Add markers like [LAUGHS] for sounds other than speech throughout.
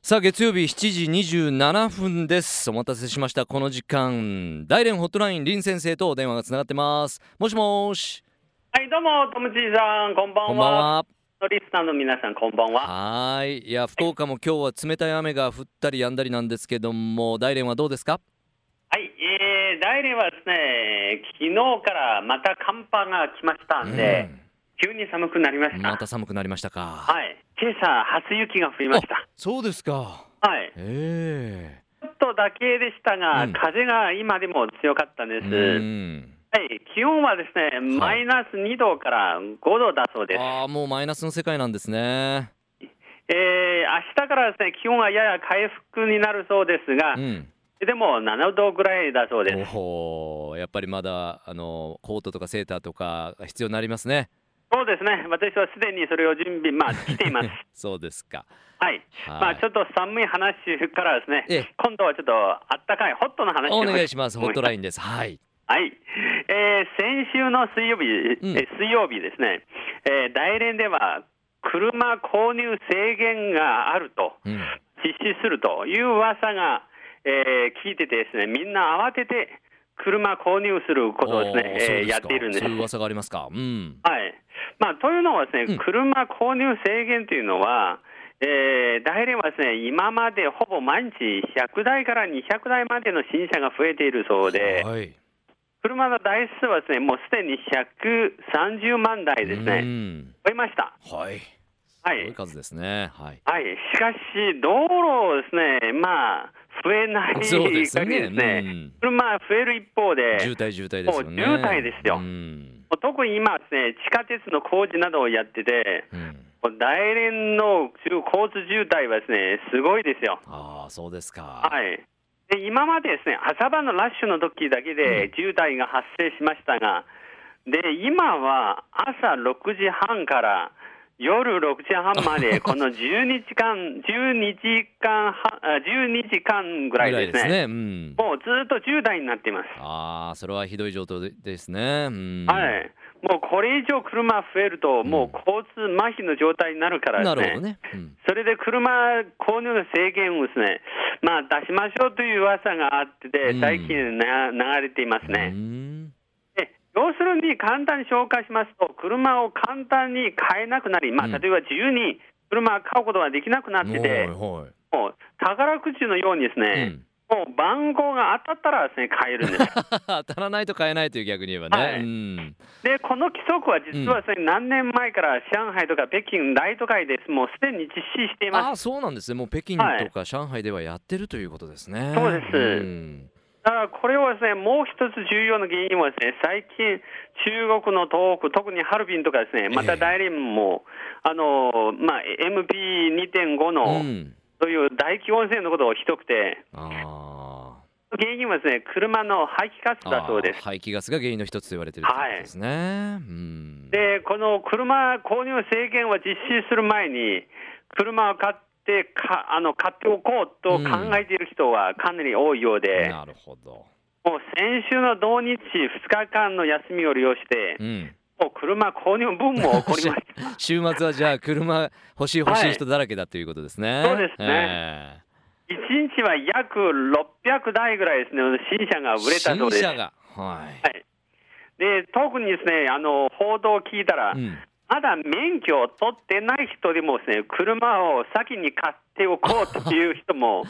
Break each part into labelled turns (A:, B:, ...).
A: さあ月曜日7時27分ですお待たせしましたこの時間大連ホットライン林先生とお電話がつながってますもしもーし
B: はい、どうも、トムチーさん、こんば
A: こ
B: ん
A: んばん
B: は。
A: は
B: リスナーの皆さん、こんばんは。
A: はーいいや福岡も今日は冷たい雨が降ったり止んだりなんですけども大連はどうですか
B: はい、えー、大連はですね、昨日からまた寒波が来ましたんで、急に寒くなりま
A: う
B: し
A: ん
B: た。
A: また寒くなりましたか
B: はい、今朝、初雪が降りました。
A: そうですか
B: はい、
A: え
B: ちょっとだけでしたが、
A: うん
B: 風が今でも強かったんで
A: え
B: す。
A: うん
B: はい、気温はですね、マイナス2度から5度だそうです。
A: ああもうマイナスの世界なんですね
B: えー、明日からですね、気温はやや回復になるそうですが、
A: うん
B: でも7度ぐらいだそうです。
A: おおやっぱりまだあのコートとかセーターとかが必要になりますね
B: そうですね、私はすでにそれを準
A: [LAUGHS]
B: 備、まあ、しています。
A: そうですか
B: はい、ま
A: は
B: あ、
A: い
B: ちょっと寒い話からですね、
A: ええ
B: 今度はちょっとあったかいホットの話
A: お願いしますホットライ
B: ン。
A: ンですはい
B: はい、えー先週の水曜日、
A: うん
B: えー水曜日ですね、えー大連では車購入制限があると、
A: うん
B: 実施するという噂が、えー聞いててですね、みんな慌てて車購入することをです
A: お
B: ね
A: ー、そう
B: えー
A: です
B: やっ
A: か
B: ているんです
A: そう。いう噂がありますかうん
B: はいまあ、というのはですね、
A: うん
B: 車購入制限というのは、えー大連はですね今までほぼ毎日100台から200台までの新車が増えているそうで、
A: はい
B: 車の台数はですねもうすでに130万台です
A: う
B: ね、
A: ん
B: 超えました。
A: はい
B: は
A: すごい
B: い
A: 数ですねはい
B: はい、しかし、道路をですね、まあ、増えない限
A: そう
B: り
A: で
B: ですす
A: ね
B: ね、
A: うん
B: 車は増える一方で、
A: 渋滞渋滞ですよね
B: もう渋滞ですよ
A: うん
B: もう特に今はですね、地下鉄の工事などをやってて、
A: うん
B: 大連の交通渋滞はですね、すごいですよ。
A: ああそうですか
B: はい。で今までですね、朝晩のラッシュの時だけで渋滞が発生しましたが、で、今は朝6時半から夜6時半ま [LAUGHS] で、この12時間、12時間半、あ12時間ぐらいですね。
A: うん
B: もうずっと10代になっています。
A: ああそれはひどい状況でですねうん
B: はい。もうこれ以上車増えると、もう交通麻痺の状態になるからで
A: な
B: すね。
A: るほどねうん
B: それで車購入の制限をですね、まあ、出しましょうという噂があって
A: うん
B: て、最近な、流れています
A: う
B: ね。
A: ん
B: で要するに簡単に紹介しますと、車を簡単に買えなくなり、まあ、
A: うん
B: 例えば自由に車を買うことができなくなってて、
A: はいはい
B: もう宝くじのようにです
A: う
B: ね、
A: ん
B: もう番号が当たったらですね買えるんです。
A: [LAUGHS] 当たらないと買えないという逆に言えばね、
B: はい
A: うん
B: で、この規則は実はそれ何年前から上海とか北京、大都会です、もうすでに実施しています
A: あ。あそうなんですねもう北京
B: はい
A: とか上海ではやってるということですね、
B: そうです
A: ん
B: だからこれはですね、もう一つ重要な原因はですね、最近、中国の東北、特にハルビンとかですね、ま
A: ええ
B: た大連も、あのまあ、MP2.5
A: う
B: の、
A: ん、
B: という大気汚染のことをひどくて、
A: あ
B: 原因はですね、車の排気ガス
A: ー
B: だそうです
A: あー。排気ガスが原因の一つと言われてるということですね、うん
B: で、この車購入制限を実施する前に、車を買ってかあの買っておこうと考えている人はかなり多いようで、
A: なるほど、
B: もう先週の同日、2日間の休みを利用して、
A: うん、
B: もう車購入分も起こり
A: [LAUGHS]
B: ました。
A: 週末はじゃあ車欲しい欲しい人だらけだということですね、
B: そうですね
A: え
B: 一日は約600台ぐらいですね、新車
A: え
B: が売れたそうで
A: 新
B: す。
A: 車がはい、
B: で、特にですね、あの、報道を聞いたら、
A: うん
B: まだ免許を取ってない人でもですね、車を先に買っておこうという
A: [LAUGHS]
B: 人も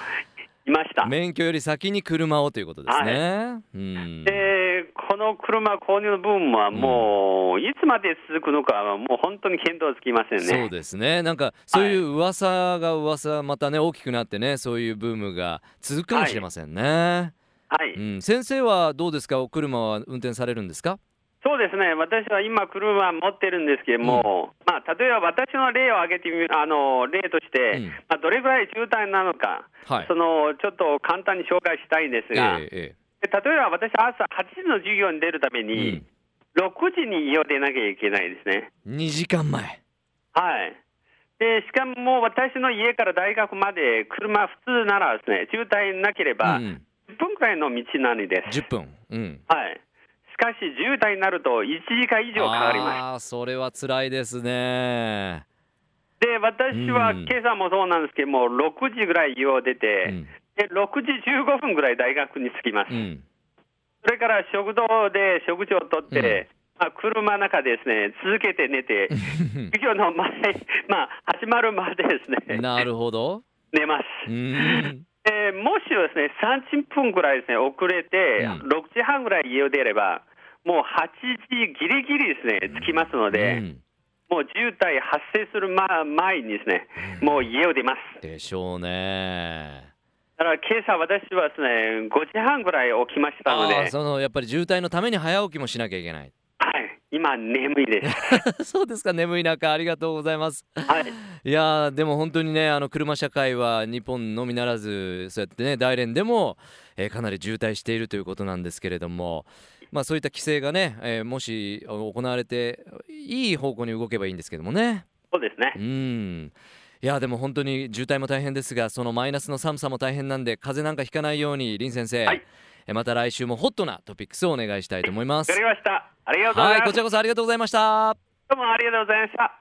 B: いました。
A: 免許より先に車をということですね、うん
B: で、この車購入の分はもう、いつまで続くのかはもう本当に見当つきませんね。
A: そうですねなんかそういう噂が噂またね大きくなってねそういうブームが続くかもしれませんね、
B: はい。
A: うん、先生はどうですかお車は運転されるんですか
B: そうですね、私は今、車持ってるんですけども、まあ、例えば私の例を挙げてみあの例として、
A: うん
B: まあ、どれぐらい渋滞なのか、
A: はい
B: そのちょっと簡単に紹介したいんですが、
A: ええ
B: で例えば私、朝8時の授業に出るため
A: ええ
B: に、6時に家を出なきゃいけないですね。
A: うん、2時間前
B: はいでしかも私の家から大学まで車普通ならですね渋滞なければ
A: うんうん、
B: 10分くらいの道なのです、
A: 10分、うん、
B: はい、しかし渋滞になると1時間以上かかります
A: ああーそれは辛いですね
B: で、私は
A: うん
B: 今朝もそうなんですけども、6時ぐらい家を出て、
A: うん
B: で6時15分ぐらい大学に着きます。
A: うん
B: それから食堂で食事をとって、まあ、車の中ですね、続けて寝て、授業の前、 [LAUGHS] まあ、始まるまでです
A: [LAUGHS]
B: ね、
A: なるほど。
B: 寝ます。
A: うん
B: えーもしですね、30分ぐらいですね、遅れて、
A: うん
B: 6時半ぐらい家を出れば、もう8時ギリギリですね、着きますので、
A: うん
B: もう渋滞発生する、ま、前にですね、もう家を出ます。
A: でしょうね。
B: だから今朝私はですね、5時半ぐらい起きましたので、
A: あ
B: は
A: あそのやっぱり渋滞のために早起きもしなきゃいけない。
B: い、今眠いです。
A: [LAUGHS] そうですか眠い中ありがとうございます。 [LAUGHS]
B: はい、
A: いやーでも本当にねあの車社会は日本のみならずそうやってね大連でも、えーかなり渋滞しているということなんですけれども、まあ、そういった規制がね、えーもし行われていい方向に動けばいいんですけどもね。
B: そうですね
A: う。んいやーでも本当に渋滞も大変ですがそのマイナスの寒さも大変なんで風邪なんかひかないように林先生、
B: はい
A: えーまた来週もホットなトピックスをお願いしたいと思いま
B: わか
A: す
B: り。ました。ありがとうござ
A: はいい
B: ます。
A: こちらこそありがとうございました。
B: どうもありがとうございました。